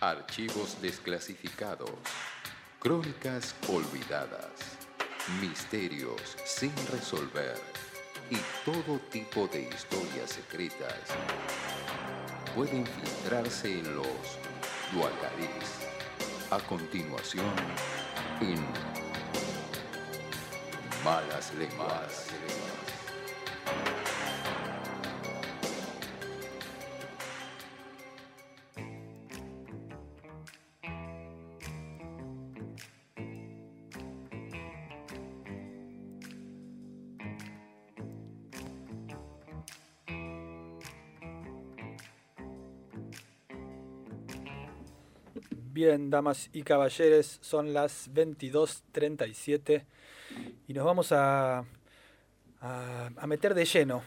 Archivos desclasificados. Crónicas olvidadas. Misterios sin resolver. Y todo tipo de historias secretas pueden filtrarse en los Duacarís. A continuación, en Malas Lenguas. Bien, damas y caballeros, son las 22.37 y nos vamos a, a, a meter de lleno.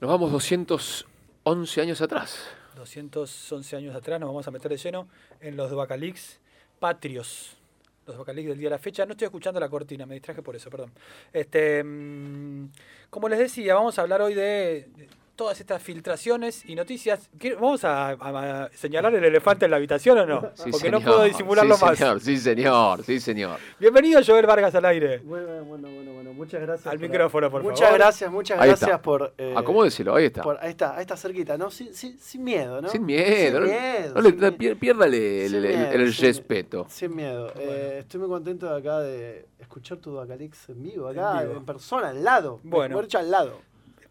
Nos vamos 211 años atrás. 211 años atrás nos vamos a meter de lleno en los Bacalix patrios. Los Bacalix del día de la fecha. No estoy escuchando la cortina, me distraje por eso, perdón. Este, mm, como les decía, vamos a hablar hoy de, de todas estas filtraciones y noticias. ¿Qué- ¿Vamos a, a- a señalar el elefante en la habitación o no? Sí, Porque no señor. puedo disimularlo Sí, más. señor. Sí, señor. Sí, señor. Bienvenido Joel Vargas al aire. Bueno, bueno, bueno, bueno. Muchas gracias. Al micrófono, por muchas favor. gracias, muchas Ahí gracias está. por. eh, Acomódeselo, ahí está. por- ahí está, ahí está cerquita, ¿no? Sin, sin, sin miedo, ¿no? Sin miedo. no- Sin miedo. no le- sin mie- pier- piérdale el, sin el- el miedo, sin miedo. respeto. sin miedo. Eh, Bueno. estoy muy contento de acá de escuchar tu Bacalix en vivo, acá, En en, vivo. persona, al lado. Bueno. Bueno. al lado.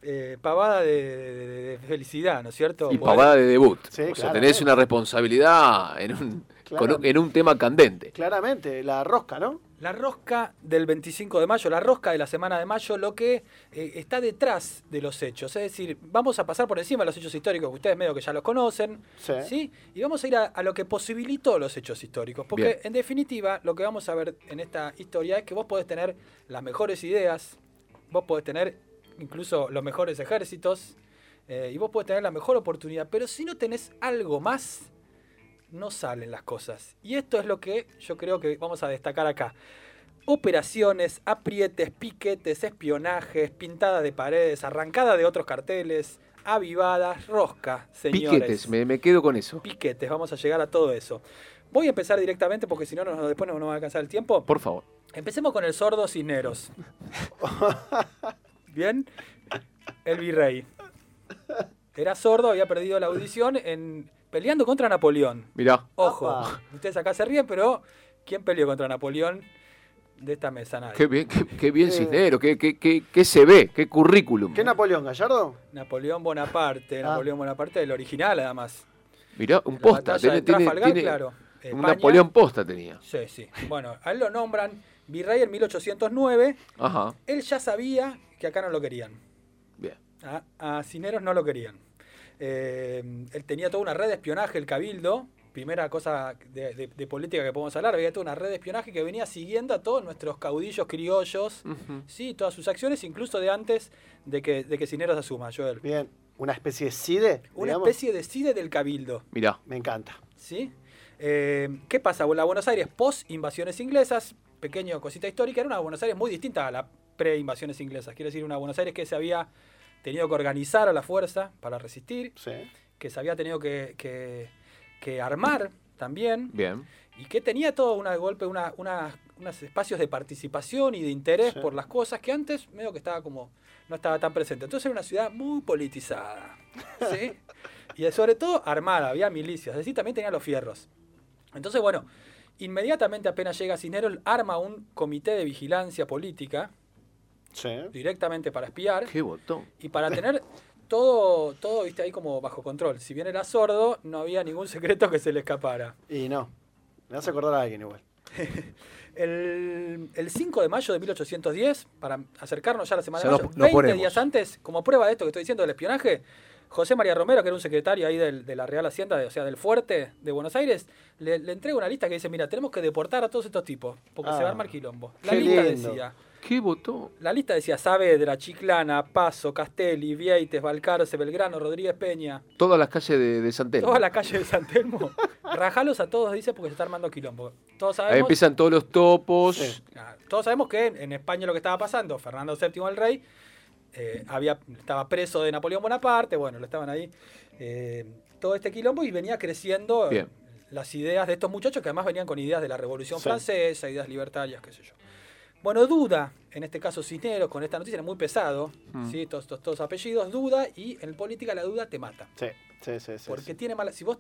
eh, pavada de, de- de felicidad, ¿no es cierto? Y Poder- pavada de debut. Sí, o sea, claro. tenés una eh. responsabilidad en un, Claro. con un- en un tema candente. Claramente, la rosca, ¿no? La rosca del 25 de mayo, la rosca de la semana de mayo, lo que eh, está detrás de los hechos. Es decir, vamos a pasar por encima de los hechos históricos, que ustedes medio que ya los conocen, Sí. ¿sí? Y vamos a ir a, a lo que posibilitó los hechos históricos. Porque, Bien. en definitiva, lo que vamos a ver en esta historia es que vos podés tener las mejores ideas, vos podés tener incluso los mejores ejércitos, eh, y vos podés tener la mejor oportunidad, pero si no tenés algo más, no salen las cosas. Y esto es lo que yo creo que vamos a destacar acá. Operaciones, aprietes, piquetes, espionajes, pintada de paredes, arrancada de otros carteles, avivadas, rosca, señores. Piquetes, me, me quedo con eso. Piquetes, vamos a llegar a todo eso. Voy a empezar directamente porque si no, no- después no nos va a alcanzar el tiempo. Por favor. Empecemos con el sordo Cisneros. Bien. El virrey. Era sordo, había perdido la audición en peleando contra Napoleón. Mirá. Ojo, Apa. ustedes acá se ríen, pero ¿quién peleó contra Napoleón de esta mesa? Nadie. Qué bien, qué, qué bien Eh. Cisnero, qué, qué- qué- qué se ve, qué currículum. ¿Qué Napoleón, Gallardo? Napoleón Bonaparte, Ah. Napoleón Bonaparte, el original además. Mirá, un La posta. batalla Tiene, de tiene- Trafalgar, tiene claro. un España. Napoleón posta tenía. Sí, sí. Bueno, a él lo nombran virrey en 1809. Ajá, Él ya sabía que acá no lo querían. bien. A, a Cineros no lo querían. Eh, él tenía toda una red de espionaje, el Cabildo. Primera cosa de, de- de política que podemos hablar, había toda una red de espionaje que venía siguiendo a todos nuestros caudillos criollos, Ujú. sí, todas sus acciones, incluso de antes de que, de que Cineros asuma, Joel. Bien. Una especie de CIDE. Una digamos. especie de CIDE del Cabildo, Mirá, Me encanta. ¿sí? Eh, ¿Qué pasa? La Buenos Aires post invasiones inglesas, pequeño cosita histórica, era una Buenos Aires muy distinta a la pre-invasiones inglesas. Quiere decir, una Buenos Aires que se había tenido que organizar a la fuerza para resistir, Sí. que se había tenido que, que- que armar también bien. y que tenía todo una, de golpe una- una- unos espacios de participación y de interés Sí. por las cosas que antes medio que estaba como no estaba tan presente. Entonces era una ciudad muy politizada. ¿sí? y sobre todo armada, había milicias, es decir, también tenía los fierros. Entonces, bueno, inmediatamente apenas llega Cisneros, arma un comité de vigilancia política Sí. directamente para espiar Qué botón. y para tener todo, todo, viste, ahí como bajo control. Si bien era sordo, no había ningún secreto que se le escapara. Y no. Me vas a acordar a alguien igual. El, el 5 de mayo de 1810, para acercarnos ya a la semana Ya de nos- mayo, nos 20 ponemos. días antes, como prueba de esto que estoy diciendo del espionaje, José María Romero, que era un secretario ahí del- de la Real Hacienda, de- o sea, del fuerte de Buenos Aires, le, le entrega una lista que dice, mira, tenemos que deportar a todos estos tipos, porque Ah, se va a armar quilombo. La qué lista lindo. decía... Qué botón. La lista decía Saavedra, Chiclana, Paso, Castelli, Vieites, Valcarce, Belgrano, Rodríguez Peña, Todas las calles de, de San Telmo. toda la calle de San Telmo. Rajalos a todos, dice, porque se está armando quilombo. Todos Ahí sabemos, empiezan todos los topos. Sí. Ah, todos sabemos que en, en España lo que estaba pasando, Fernando VII el rey, eh, había, estaba preso de Napoleón Bonaparte, bueno, lo estaban ahí, eh, todo este quilombo y venía creciendo Bien. las ideas de estos muchachos que además venían con ideas de la Revolución Sí. Francesa, ideas libertarias, qué sé yo. Bueno, Duda, en este caso Cisneros, con esta noticia era muy pesado, Mm. ¿sí? todos, todos, todos apellidos, Duda, y en política la duda te mata. Sí, sí, sí. sí, Porque sí. tiene mala. Si vos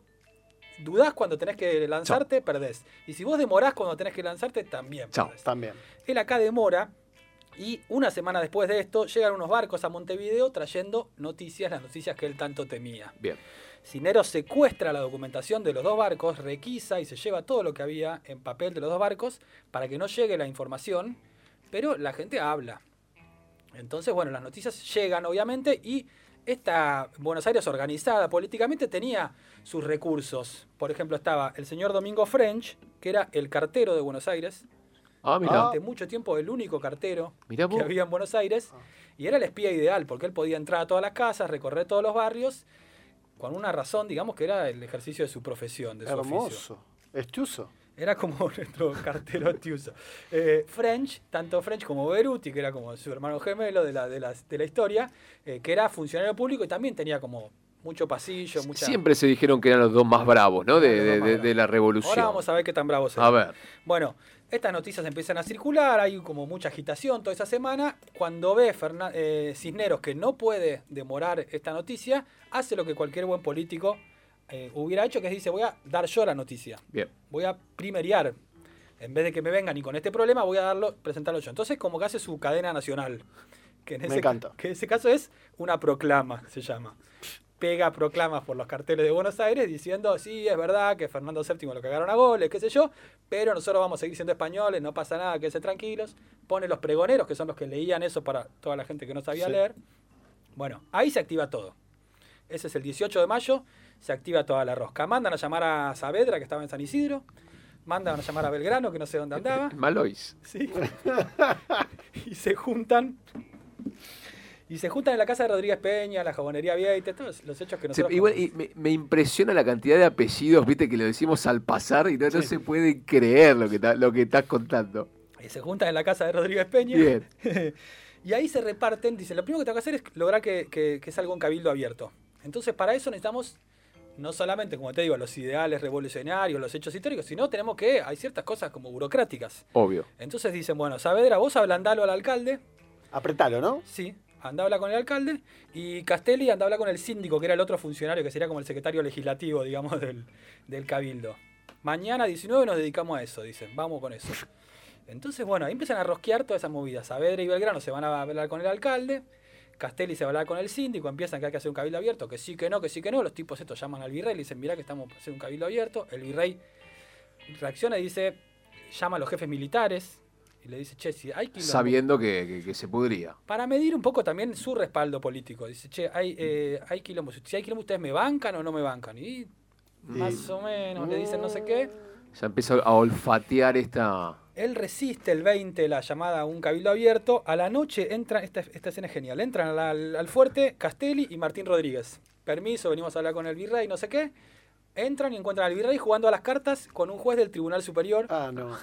dudás cuando tenés que lanzarte, perdés. Y si vos demorás cuando tenés que lanzarte, también Chao. perdés. También. Él acá demora. Y una semana después de esto, llegan unos barcos a Montevideo trayendo noticias, las noticias que él tanto temía. Bien. Cinero secuestra la documentación de los dos barcos, requisa y se lleva todo lo que había en papel de los dos barcos para que no llegue la información, pero la gente habla. Entonces, bueno, las noticias llegan, obviamente, y esta Buenos Aires organizada políticamente tenía sus recursos. Por ejemplo, estaba el señor Domingo French, que era el cartero de Buenos Aires, Ah, mira. durante mucho tiempo el único cartero Mirá vos. que había en Buenos Aires. Ah. Y era el espía ideal, porque él podía entrar a todas las casas, recorrer todos los barrios, con una razón, digamos, que era el ejercicio de su profesión, de su oficio. Hermoso. Estiuso. Era como nuestro cartero atiuso. Eh, French, tanto French como Beruti, que era como su hermano gemelo de la, de las- de la historia, eh, que era funcionario público y también tenía como mucho pasillo, mucha... Siempre se dijeron que eran los dos más bravos, ¿no? De, Eran los de- dos más de- bravos. de la revolución. Ahora vamos a ver qué tan bravo a ver. Bueno, estas noticias empiezan a circular, hay como mucha agitación toda esa semana. Cuando ve Fernan- eh, Cisneros que no puede demorar esta noticia, hace lo que cualquier buen político eh, hubiera hecho, que es dice, voy a dar yo la noticia, Bien. voy a primeriar. En vez de que me vengan y con este problema, voy a darlo, presentarlo yo. Entonces, como que hace su cadena nacional. Que en Me ese, encanta. Que en ese caso es una proclama, se llama. Pega proclamas por los carteles de Buenos Aires diciendo, sí, es verdad que Fernando VII lo cagaron a goles, qué sé yo, pero nosotros vamos a seguir siendo españoles, no pasa nada, quédense tranquilos. Pone los pregoneros, que son los que leían eso para toda la gente que no sabía Sí. leer. Bueno, ahí se activa todo. Ese es el 18 de mayo, se activa toda la rosca. Mandan a llamar a Saavedra, que estaba en San Isidro. Mandan a llamar a Belgrano, que no sé dónde andaba. Malois. Sí. y se juntan. Y se juntan en la casa de Rodríguez Peña, la jabonería Vieite, todos los hechos que Se- nosotros. igual y me, me impresiona la cantidad de apellidos, viste, que lo decimos al pasar y no, no se puede creer lo que, ta- lo que estás contando. Y se juntan en la casa de Rodríguez Peña. Bien. y ahí se reparten. Dicen, lo primero que tengo que hacer es lograr que, que, que salga un cabildo abierto. Entonces, para eso necesitamos no solamente, como te digo, los ideales revolucionarios, los hechos históricos, sino tenemos que. Hay ciertas cosas como burocráticas. Obvio. Entonces dicen, bueno, Saavedra, vos ablandalo al alcalde. Apretalo, ¿no? Sí, anda a hablar con el alcalde y Castelli anda a hablar con el síndico, que era el otro funcionario, que sería como el secretario legislativo, digamos, del, del cabildo. Mañana 19 nos dedicamos a eso, dicen, vamos con eso. Entonces, bueno, ahí empiezan a rosquear todas esas movidas. Saavedra y Belgrano se van a hablar con el alcalde, Castelli se va a hablar con el síndico, empiezan que hay que hacer un cabildo abierto, que sí, que no, que sí, que no. Los tipos estos llaman al virrey, le dicen, mirá que estamos haciendo un cabildo abierto. El virrey reacciona y dice, llama a los jefes militares y le dice, che, si hay que... Sabiendo que, que- que se pudría. Para medir un poco también su respaldo político. Dice, che, hay, eh, hay quilombo. Si hay quilombo, ¿ustedes me bancan o no me bancan? Y más o menos le dicen no sé qué. Ya empieza a olfatear esta. Él resiste el 20, la llamada a un cabildo abierto. A la noche entran, esta, esta escena es genial, entran al, al- al fuerte Castelli y Martín Rodríguez. Permiso, venimos a hablar con el virrey, no sé qué. Entran y encuentran al virrey jugando a las cartas con un juez del Tribunal Superior. Ah, no.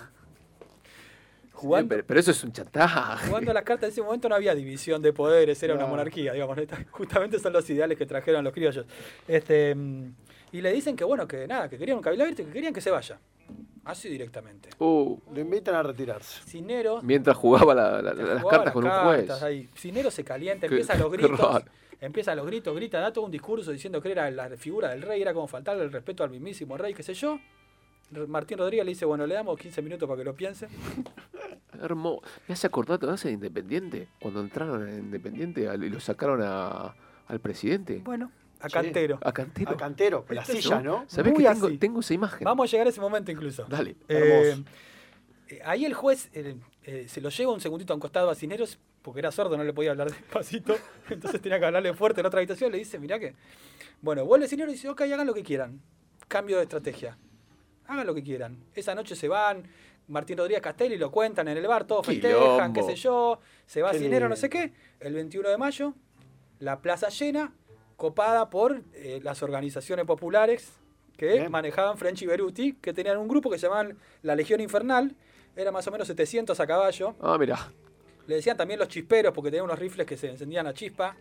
Jugando, Pero, pero eso es un chantaje. jugando a las cartas en ese momento no había división de poderes, era una No. monarquía, digamos. ¿no? Esta- Justamente son los ideales que trajeron los criollos. Este, mm, y le dicen que, bueno, que nada, que querían un cabildo abierto y que querían que se vaya. Así directamente. Uh, Lo invitan a retirarse. Cinero. mientras jugaba la- la- las jugaba cartas con un juez. cartas ahí. Cinero se calienta, Qué- empieza a los qué gritos. raro. Empieza a los gritos, grita, da todo un discurso diciendo que era la figura del rey, era como faltarle el respeto al mismísimo rey, qué sé yo. R- Martín Rodríguez le dice, bueno, le damos 15 minutos para que lo piense. Hermoso. Me hace acordar todas de Independiente. Cuando entraron en Independiente al- y lo sacaron a- al presidente. Bueno, a Sí. cantero. A Cantero. A cantero, la Esto es silla, ¿no? ¿Sabés Muy que tengo, así. tengo esa imagen? Vamos a llegar a ese momento incluso. Dale. Eh, Hermoso. eh, ahí el juez eh, eh, se lo lleva un segundito a un costado a Cineros, porque era sordo, no le podía hablar despacito, entonces tenía que hablarle fuerte en otra habitación, le dice, mirá que... Bueno, vuelve Cineros y dice, ok, hagan lo que quieran, cambio de estrategia, hagan lo que quieran. Esa noche se van, Martín Rodríguez Castelli lo cuentan en el bar, todos festejan, Quilombo. qué sé yo, se va Qué Cineros, no lindo. sé qué, el 21 de mayo, la plaza llena, copada por eh, las organizaciones populares que Bien. manejaban French y Beruti, que tenían un grupo que se llamaban la Legión Infernal, era más o menos 700 a caballo, Ah, mira. le decían también los chisperos porque tenían unos rifles que se encendían a chispa,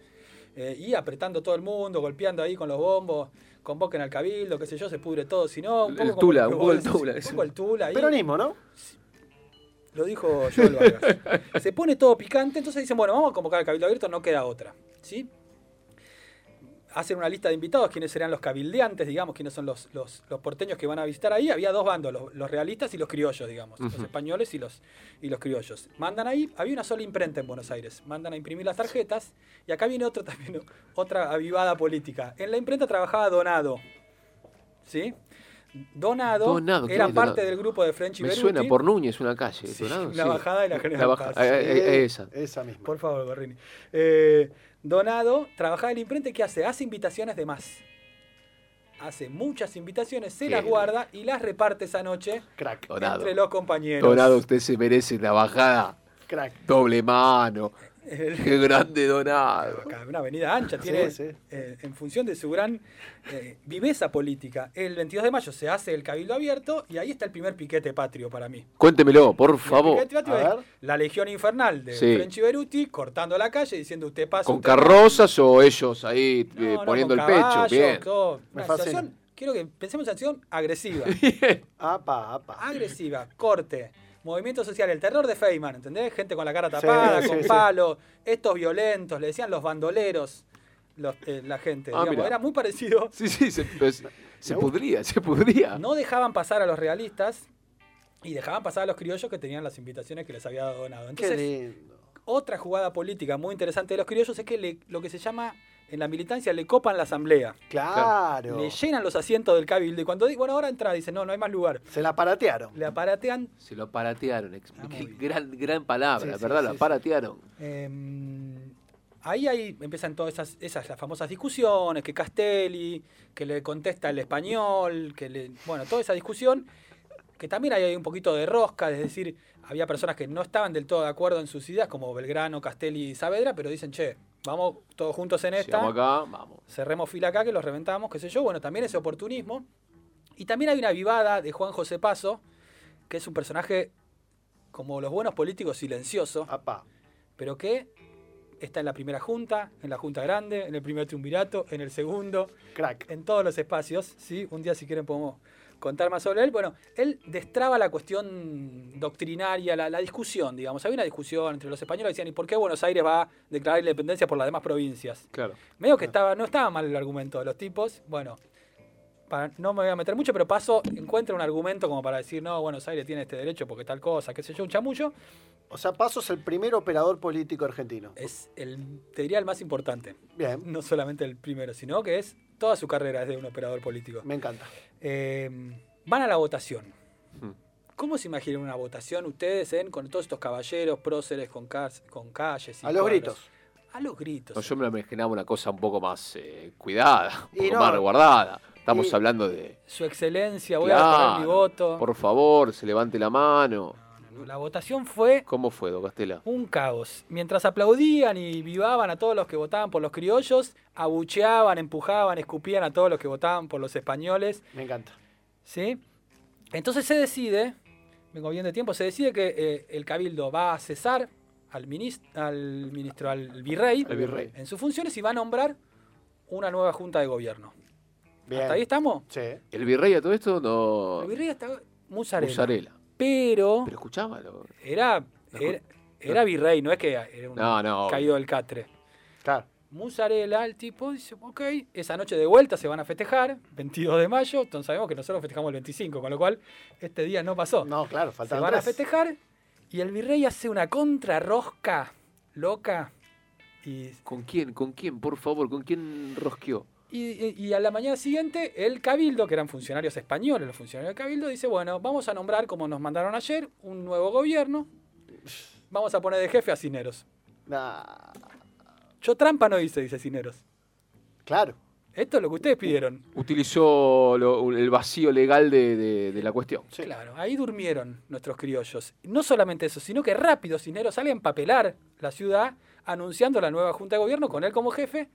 eh, y apretando todo el mundo, golpeando ahí con los bombos, convoquen al cabildo, qué sé yo, se pudre todo, si no... El- el como Tula, lo un que poco el vos Tula, decís, eso. Un poco el Tula ahí, Peronismo, ¿no? lo dijo Joel Vargas. se pone todo picante, entonces dicen, bueno, vamos a convocar al cabildo abierto, no queda otra, ¿sí? Hacen una lista de invitados, quiénes serán los cabildeantes, digamos, quiénes son los, los, los porteños que van a visitar ahí. Había dos bandos, los, los realistas y los criollos, digamos, los Ujú. españoles y los, y los criollos. Mandan ahí, había una sola imprenta en Buenos Aires, mandan a imprimir las tarjetas y acá viene otra también, otra avivada política. En la imprenta trabajaba Donado, ¿sí? Donado, Donado, ¿qué era es parte Donado? del grupo de French y Me Beruti. suena por Núñez una calle. Sí, Donado, la sí. bajada y la General baja- Paz. eh, eh, eh, esa. Esa misma. Por favor, Gorrini. Eh, Donado trabajaba en la imprenta y ¿qué hace? Hace invitaciones de más. Hace muchas invitaciones, se las Bien. guarda y las reparte esa noche Crack, Donado. entre los compañeros. Donado, usted se merece la bajada. crack. Doble mano. El- Qué grande Donado. Acá, Una avenida ancha, tiene, Sí, sí. eh, en función de su gran eh, viveza política. El 22 de mayo se hace el Cabildo Abierto y ahí está el primer piquete patrio para mí. Cuéntemelo, por Y el favor. piquete patrio A es ver. La Legión Infernal de Sí. French Beruti cortando la calle diciendo usted pasa. ¿Con usted pasa". carrozas o ellos ahí eh, No, no, poniendo con el pecho? caballos, Bien. todo. Me Una fascina. situación- quiero que pensemos en acción agresiva. Apa, Ah, apa. agresiva, corte, movimiento social, el terror de Feynman, ¿entendés? Gente con la cara tapada, sí, con sí. palo, estos violentos, le decían los bandoleros, los, eh, la gente. Ah, digamos, mirá. Era muy parecido. Sí, sí, se, pero se- se Me gusta. podría, se podría. No dejaban pasar a los realistas y dejaban pasar a los criollos que tenían las invitaciones que les había donado. Qué Entonces, lindo. otra jugada política muy interesante de los criollos es que le- lo que se llama en la militancia le copan la asamblea. Claro. Le llenan los asientos del cabildo y cuando di- bueno, ahora entra, dice, no, no hay más lugar. Se la paratearon. Le aparatean Se lo aparatearon. ex- Ah, muy qué bien. gran, gran palabra, Sí, sí, ¿verdad? sí, lo sí. aparatearon. Eh, ahí, ahí empiezan todas esas, esas las famosas discusiones, que Castelli, que le contesta el español, que le, bueno, toda esa discusión, que también ahí hay un poquito de rosca, es decir, había personas que no estaban del todo de acuerdo en sus ideas, como Belgrano, Castelli y Saavedra, pero dicen, che, vamos todos juntos en esta Llegamos acá, vamos. cerremos fila acá, que los reventamos, qué sé yo. Bueno, también ese oportunismo. Y también hay una vivada de Juan José Paso, que es un personaje como los buenos políticos silencioso, Apa. pero que está en la primera junta, en la junta grande, en el primer triunvirato, en el segundo, Crack. en todos los espacios. ¿sí? Un día, si quieren, podemos contar más sobre él. Bueno, él destraba la cuestión doctrinaria, la, la discusión, digamos. Había una discusión entre los españoles que decían, ¿y por qué Buenos Aires va a declarar la independencia por las demás provincias? Claro. Medio que estaba, no estaba mal el argumento de los tipos. Bueno, para- no me voy a meter mucho, pero paso, encuentra un argumento como para decir, no, Buenos Aires tiene este derecho porque tal cosa, qué sé yo, un chamullo. O sea, Paso es el primer operador político argentino. Es el, te diría, el más importante. Bien, No solamente el primero, sino que es toda su carrera es de un operador político. me encanta. Eh, van a la votación. Hmm. ¿Cómo se imaginan una votación ustedes en- con todos estos caballeros, próceres, con, cas- con calles? y A los cuadros? gritos. A los gritos. No, yo me imaginaba una cosa un poco más eh, cuidada, un Y poco no. más resguardada. Estamos Y- hablando de. Su excelencia, voy a poner mi Claro, voto. Por favor, se levante la mano. No, no, La votación fue ¿Cómo fue, Don Castela? un caos. Mientras aplaudían y vivaban a todos los que votaban por los criollos, abucheaban, empujaban, escupían a todos los que votaban por los españoles. Me encanta. ¿sí? Entonces se decide, vengo bien de tiempo, se decide que eh, el cabildo va a cesar al, minis- al ministro, al virrey, Al virrey. en sus funciones y va a nombrar una nueva junta de gobierno. Bien. ¿Hasta ahí estamos? Sí. ¿El virrey a todo esto? No. El virrey hasta Musarela. Usarela. Pero Pero escuchábalo. era, era, era virrey, no es que era un No, no. caído del catre. Claro. Musarela, el tipo, dice, ok, esa noche de vuelta se van a festejar, 22 de mayo, entonces sabemos que nosotros festejamos el 25, con lo cual este día no pasó. No, claro, se faltan van a tres. festejar y el virrey hace una contrarrosca loca y, ¿Con quién? ¿Con quién? Por favor, ¿con quién rosqueó? y- y a la mañana siguiente el cabildo, que eran funcionarios españoles, los funcionarios del cabildo, dice, bueno, vamos a nombrar, como nos mandaron ayer, un nuevo gobierno, vamos a poner de jefe a Cineros. Nah, Yo trampa no hice, dice Cineros. Claro. Esto es lo que ustedes pidieron. Utilizó lo- el vacío legal de, de- de la cuestión. Sí. Claro, ahí durmieron nuestros criollos. No solamente eso, sino que rápido Cisneros sale a empapelar la ciudad anunciando la nueva junta de gobierno con él como jefe,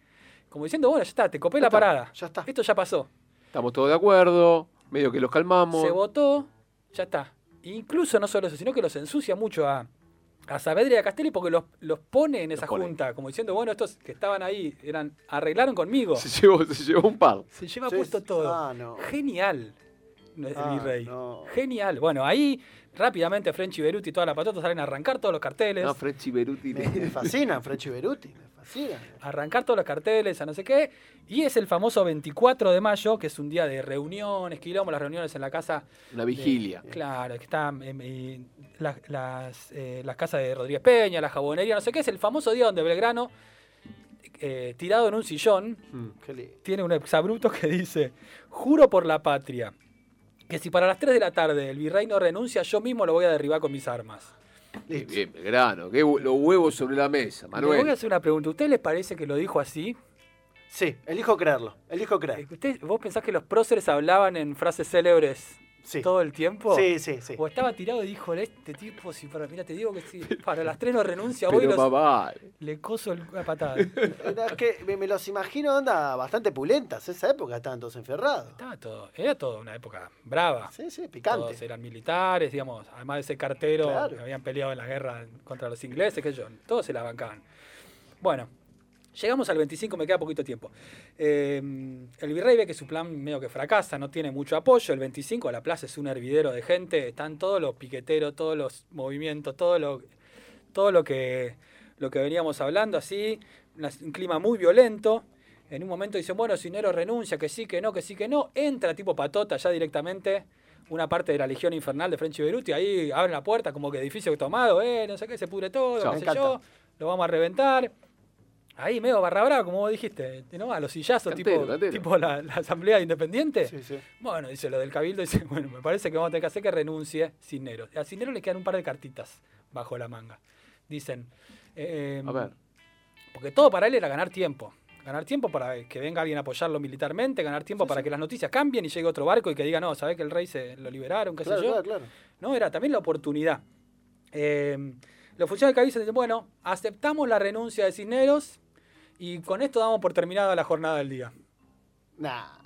como diciendo, bueno, ya está, te copé Ya la está, parada. ya está. Esto ya pasó. Estamos todos de acuerdo, medio que los calmamos. Se votó, ya está. E incluso no solo eso, sino que los ensucia mucho a, a Saavedra y a Castelli porque los, los pone en esa pone. junta, como diciendo, bueno, estos que estaban ahí eran arreglaron conmigo. Se llevó, se llevó un par. Se lleva Sí, puesto sí. todo. Ah, no. Genial. no- El Ah, virrey. no. Genial. Bueno, ahí rápidamente Frenchy Beruti y toda la patota salen a arrancar todos los carteles. No, Frechi Beruti. Me, eh, me fascina Frechi Beruti, me fascina. a arrancar todos los carteles, a no sé qué. Y es el famoso 24 de mayo, que es un día de reuniones, quilombo, las reuniones en la casa. Una de- vigilia. claro, que están em, y las, las, eh, las casas de Rodríguez Peña, la jabonería, no sé qué. Es el famoso día donde Belgrano, eh, tirado en un sillón, Mm. Qué lindo. tiene un exabrupto que dice, juro por la patria, que si para las 3 de la tarde el virrey no renuncia, yo mismo lo voy a derribar con mis armas. Qué bien, Belgrano. Qué hu- los huevos sobre la mesa, Le Ah, voy a Manuel. hacer una pregunta. ¿Usted les parece que lo dijo así? Sí, elijo creerlo, elijo Eh, creer. ¿Usted, ¿Vos pensás que los próceres hablaban en frases célebres Sí. todo el tiempo? Sí, sí, sí. O estaba tirado y dijo, este tipo, si para, mira, te digo que si para las tres no renuncia, voy y Pero eh. los- papá, le coso el- la patada. Era Eh, que me, me los imagino, anda, bastante pulentas. Esa época estaban todos enferrados. Estaba todo, era toda una época brava. Sí, Ah. sí, Todos picante. eran militares, digamos, además de ese cartero Claro. que habían peleado en la guerra contra los ingleses, que yo, todos se la bancaban. Bueno, llegamos al 25, me queda poquito tiempo. Eh, el virrey ve que su plan medio que fracasa, no tiene mucho apoyo. El 25, la plaza es un hervidero de gente, están todos los piqueteros, todos los movimientos, todo lo, todo lo que, lo que veníamos hablando, así, una- un clima muy violento. En un momento dicen, bueno, Sinero renuncia, que sí, que no, que sí, que no. Entra tipo patota ya directamente una parte de la Legión Infernal de Frenchy Beruti. Ahí abren la puerta, como que edificio tomado, eh, no sé qué, se pudre todo, Chao. qué Me sé encanta. yo, lo vamos a reventar. Ahí medio barra brava, como vos dijiste, ¿no? A los sillazos, Cantero, tipo, cantero. tipo la, la Asamblea Independiente. Sí, sí. Bueno, dice lo del Cabildo, dice, bueno, me parece que vamos a tener que hacer que renuncie Cisneros. A Cisneros le quedan un par de cartitas bajo la manga. Dicen, eh, A ver. porque todo para él era ganar tiempo. Ganar tiempo para que venga alguien a apoyarlo militarmente, ganar tiempo para que las noticias cambien y llegue otro barco y que diga, no, sabés que el rey se lo liberaron, qué Claro, sé yo. claro, claro. ¿no? Era también la oportunidad. Eh, los funcionarios del Cabildo dicen, bueno, aceptamos la renuncia de Cisneros y con esto damos por terminada la jornada del día. Nah.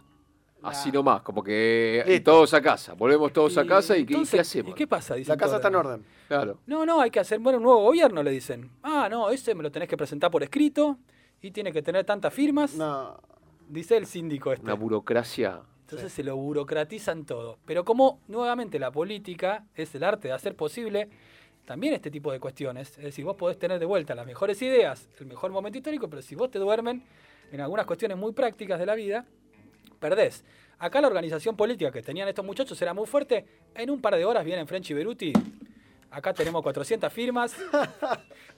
Así nah. nomás, como que eh, Listo. todos a casa. Volvemos todos a casa y, ¿qué- entonces, ¿qué hacemos? ¿Y qué pasa? Dicen La casa todos. está en orden. Claro. No, no, hay que hacer bueno, un nuevo gobierno, le dicen. Ah, no, ese me lo tenés que presentar por escrito y tiene que tener tantas firmas, No. dice el síndico este. Una burocracia. Entonces se lo burocratizan todo. Pero como nuevamente la política es el arte de hacer posible también este tipo de cuestiones, es decir, vos podés tener de vuelta las mejores ideas, el mejor momento histórico, pero si vos te duermen en algunas cuestiones muy prácticas de la vida, perdés. Acá la organización política que tenían estos muchachos era muy fuerte. En un par de horas vienen French y Beruti. Acá tenemos 400 firmas.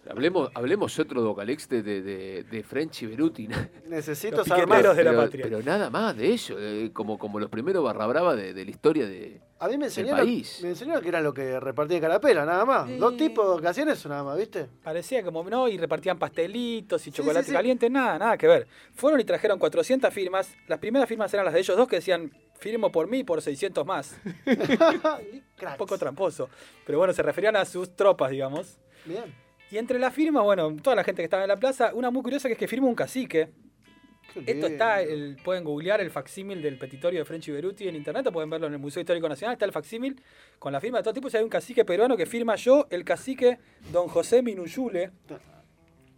Hablemos, hablemos otro Docalex de, de, de, de Frenchy Beruti. Necesito Los saber piqueteros más. de la pero, patria. pero nada más de eso, de- como, como los primeros barra brava de, de la historia de. A mí me enseñaron, país. me enseñaron que era lo que repartía carapela, nada más. Sí. Dos tipos que hacían eso, nada más, ¿viste? Parecía como, no, y repartían pastelitos y Sí, chocolate sí, sí. caliente, nada, nada que ver. Fueron y trajeron 400 firmas. Las primeras firmas eran las de ellos dos que decían, firmo por mí y por 600 más. Un Cracks. Ah, poco tramposo. Pero bueno, se referían a sus tropas, digamos. Bien. Y entre las firmas, bueno, toda la gente que estaba en la plaza, una muy curiosa que es que firma un cacique. Qué Esto está, lindo. el, pueden googlear el facsímil del petitorio de Frenchy Beruti en internet, o pueden verlo en el Museo Histórico Nacional, está el facsímil con la firma de todo tipo. Si hay un cacique peruano que firma yo, el cacique Don José Minuyule,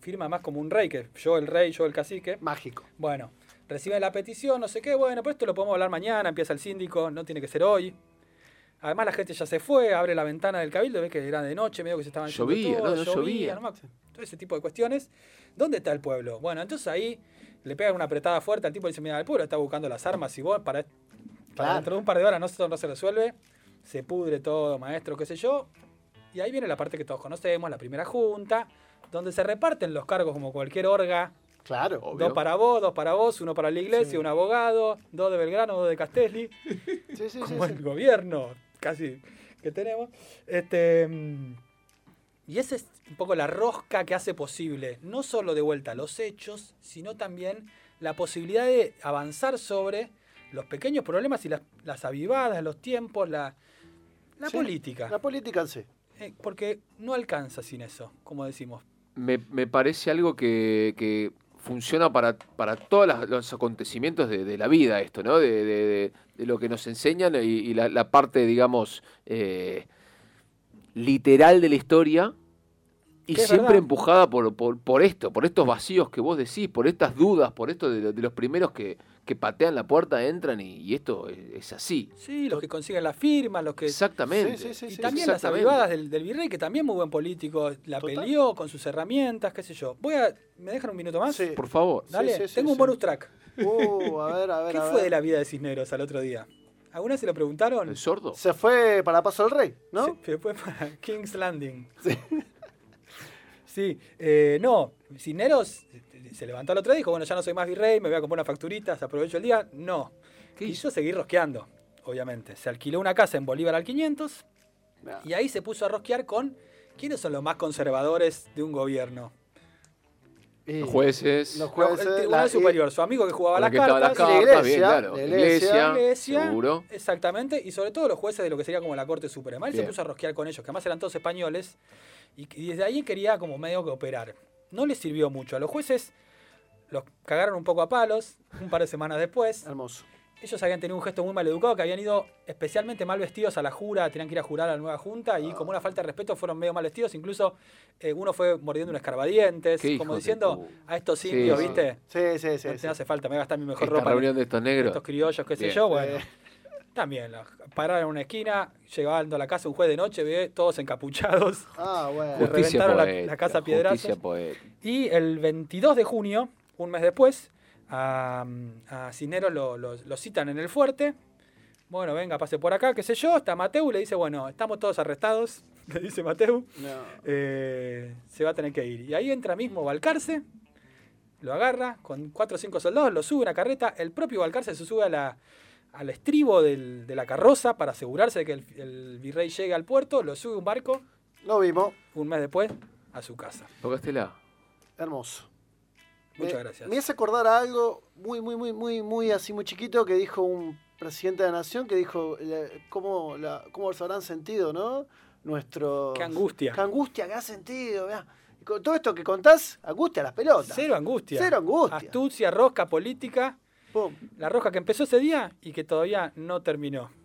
firma más como un rey que yo el rey, yo el cacique. Mágico. Bueno, reciben la petición, no sé qué, bueno, pero esto lo podemos hablar mañana, empieza el síndico, no tiene que ser hoy. Además la gente ya se fue, abre la ventana del cabildo, ves que era de noche, medio que se estaban yendo Llovía, todos, no, no llovía. no me acu- todo ese tipo de cuestiones. ¿Dónde está el pueblo? Bueno, entonces ahí le pegan una apretada fuerte al tipo y dice, mira, el pueblo está buscando las armas y vos para, para Claro. dentro de un par de horas no, se- no se resuelve, se pudre todo, maestro, qué sé yo. Y ahí viene la parte que todos conocemos, la primera junta, donde se reparten los cargos como cualquier orga Claro. Obvio. Dos para vos, dos para vos, uno para la iglesia, Sí. un abogado, dos de Belgrano, dos de Castelli, Sí, sí, sí. como sí. el gobierno casi que tenemos. Este, mm, y esa es un poco la rosca que hace posible, no solo de vuelta los hechos, sino también la posibilidad de avanzar sobre los pequeños problemas y las, las avivadas, los tiempos, la, la Sí, política. La política sí. Eh, porque no alcanza sin eso, como decimos. Me, me parece algo que, que funciona para, para todos las- los acontecimientos de, de la vida, esto, ¿no? De, de- de- de lo que nos enseñan y, y la, la parte, digamos, eh, literal de la historia y Que es siempre verdad. empujada por, por, por esto, por estos vacíos que vos decís, por estas dudas, por esto de, lo- de los primeros que, que patean la puerta, entran y, y esto es, es así. Sí, los que consiguen la firma, los que. Exactamente. Sí, sí, sí, y sí. también las exactamente. avivadas del, del virrey, que también muy buen político, la Total. peleó con sus herramientas, qué sé yo. Voy a. ¿Me dejan un minuto más? Sí. Por favor. Sí, Dale, sí, sí, tengo un sí. bonus track. Uh, a ver, a ver. ¿Qué a fue ver. de la vida de Cisneros al otro día? ¿Alguna se lo preguntaron? ¿El sordo? Se fue para Paso del Rey, ¿no? Se- se fue para King's Landing. Sí, eh, no, Cisneros se levantó al otro día y dijo, bueno, ya no soy más virrey, me voy a comprar unas facturitas, aprovecho el día. No, ¿Qué hizo? quiso seguir rosqueando, obviamente. Se alquiló una casa en Bolívar al 500 Nah. y ahí se puso a rosquear con quiénes son los más conservadores de un gobierno. Y- Eh, Los jueces. Los jueces. El Tribunal la- Superior, su amigo que jugaba con la las que estaban las cartas. la cartas, bien, iglesia, claro. la Iglesia, iglesia, seguro. Exactamente, y sobre todo los jueces de lo que sería como la Corte Suprema. Él se Bien. puso a rosquear con ellos, que además eran todos españoles, y, y desde ahí quería como medio que operar. No les sirvió mucho. A los jueces los cagaron un poco a palos, un par de semanas después. y- Hermoso. Ellos habían tenido un gesto muy mal educado, que habían ido especialmente mal vestidos a la jura, tenían que ir a jurar a la nueva junta, y como una falta de respeto fueron medio mal vestidos, incluso eh, uno fue mordiendo un escarbadientes, Qué como hijo de diciendo pu- a estos Sí, indios, sí. ¿viste? Sí, sí, sí. no te sí. hace falta, me voy a gastar mi mejor Esta ropa. reunión de estos negros. Estos criollos, qué sé Bien. yo, bueno. Sí. También, los pararon en una esquina, llegaban a la casa un juez de noche, ve todos encapuchados. Ah, Le bueno. Justo. reventaron la- la casa a piedrazos. Justicia poética. Y el 22 de junio, un mes después, a, a Cisneros lo, lo- lo citan en el fuerte. Bueno, venga, pase por acá, qué sé yo. Está Mateu, le dice, bueno, estamos todos arrestados, le dice Mateu. No. eh, se va a tener que ir. Y ahí entra mismo Balcarce, lo agarra con cuatro o cinco soldados, lo sube a una carreta, el propio Balcarce se sube a la, al estribo del- de la carroza para asegurarse de que el, el virrey llegue al puerto, lo sube a un barco, Lo vimos. un mes después, a su casa. ¿Tocaste la? Hermoso. Muchas Me- gracias. Me hace acordar a algo muy, muy, muy, muy, muy así, muy chiquito que dijo un presidente de la nación que dijo la- cómo, la, cómo se habrán sentido, ¿no? Nuestro. Qué angustia. Qué angustia, qué ha sentido, mirá. Y con todo esto que contás, angustia a las pelotas. Cero angustia. Cero angustia. Astucia, rosca política. Pum. La rosca que empezó ese día y que todavía no terminó.